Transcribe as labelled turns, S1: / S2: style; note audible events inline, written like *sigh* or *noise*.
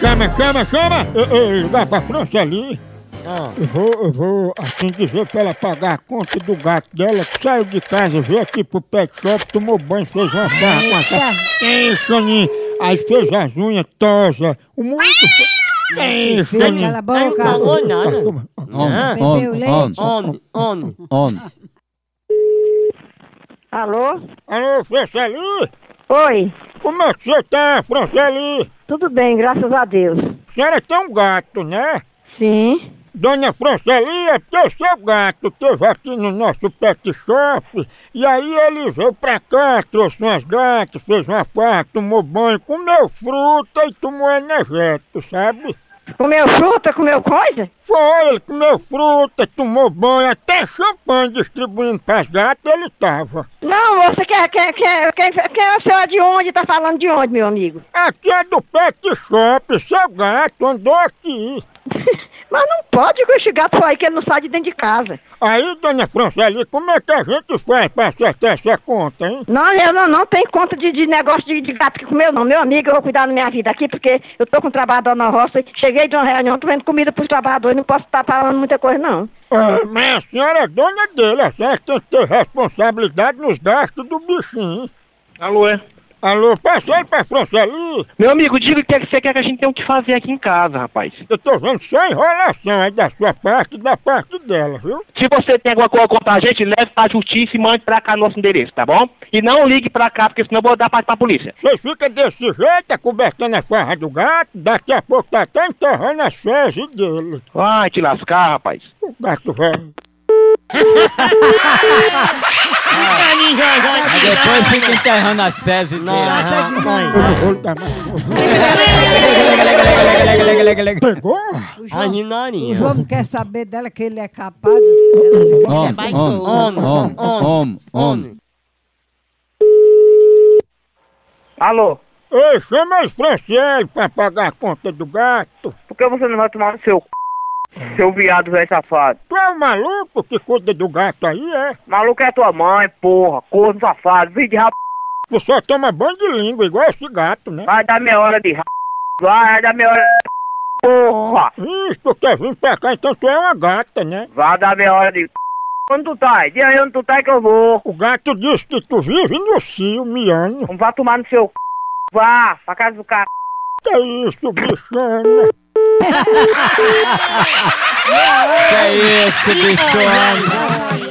S1: Chama, chama, chama! Ei, ei, dá pra França ali. Eu vou, eu vou assim dizer pra ela pagar a conta do gato dela que saiu de casa, veio aqui pro pet shop, tomou banho, fez uma sarra com a sarra. Ei, Soninho! Aí fez as unhas, tosa, o mundo. Ei, Soninho!
S2: Cala a boca.
S3: Pagou nada.
S4: Homem,
S2: Bebeu
S4: homem,
S2: leite.
S4: homem,
S3: Homem, homem.
S4: homem.
S5: Alô?
S1: Alô, Franceli!
S5: Oi,
S1: Como é que você tá, Franceli?
S5: tudo bem, graças a Deus.
S1: A senhora tem um gato, né?
S5: Sim,
S1: Dona Franceli, é porque o seu gato esteve aqui no nosso pet shop e aí ele veio pra cá, trouxe umas gatas, fez uma farra, tomou banho, comeu fruta e tomou energético, sabe?
S5: comeu fruta, comeu coisa?
S1: Foi, ele comeu fruta, tomou banho, até champanhe distribuindo pras gatas ele tava.
S5: Não, é, você quer, quer, quer, quer, quer é o senhor de onde? Tá falando de onde, meu amigo? *laughs*
S1: Aqui é do pet shop, seu gato andou aqui.
S5: Mas não pode com esse gato aí que ele não sai de dentro de casa.
S1: Aí, dona Franceli, como é que a gente faz pra acertar essa conta, hein?
S5: Não, eu não, não tenho conta de, de negócio de, de gato que comeu, não. Meu amigo, eu vou cuidar da minha vida aqui, porque eu tô com um trabalhador na roça. Cheguei de uma reunião, tô vendo comida pros trabalhadores, não posso estar falando muita coisa, não.
S1: Ah, mas a senhora é dona dele, a senhora tem que ter responsabilidade nos gastos do bichinho.
S6: Alô, é?
S1: Alô, passa aí pra Franceli,
S6: Meu amigo, diga o que é que você quer que a gente tenha o que fazer aqui em casa, rapaz.
S1: eu tô vendo só enrolação aí da sua parte e da parte dela, viu?
S6: Se você tem alguma coisa contra a gente, leve pra justiça e mande pra cá nosso endereço, tá bom? E não ligue pra cá, porque senão eu vou dar pra, pra polícia.
S1: Vocês ficam desse jeito, acobertando a farra do gato, daqui a pouco tá até enterrando as fezes dele.
S6: Vai te lascar, rapaz.
S1: O gato velho.
S4: Aí depois fica enterrando as fezes dele.
S1: Eu não vou lhe dar mais. Pegou?
S2: Os
S3: Aninarinha.
S2: homens querem saber dela que ele é capado. Ela fica-
S4: Homem, homem, homem, homem, homem, homem.
S7: Alô,
S1: Ei, chama as Franciele pra pagar a conta do gato.
S7: por que você não vai tomar no seu c... seu viado velho safado?
S1: Tu é o maluco que cuida do gato aí, é?
S7: Maluco é tua mãe, porra, corno safado, vídeo de rap...
S1: Tu só toma banho de língua, igual esse gato, né?
S7: vai dar meia hora de rap... vai dar meia hora de porra,
S1: Isso, tu quer vir pra cá, então tu é uma gata, né?
S7: vai dar meia hora de c... Onde tu tá? Diz aí onde tu tá que eu vou.
S1: O gato disse que tu vive no cio, miando.
S7: Não vai tomar no seu c... vá, pra casa do cara.
S1: Que é isso, bichana?
S4: Que isso, bicho homem.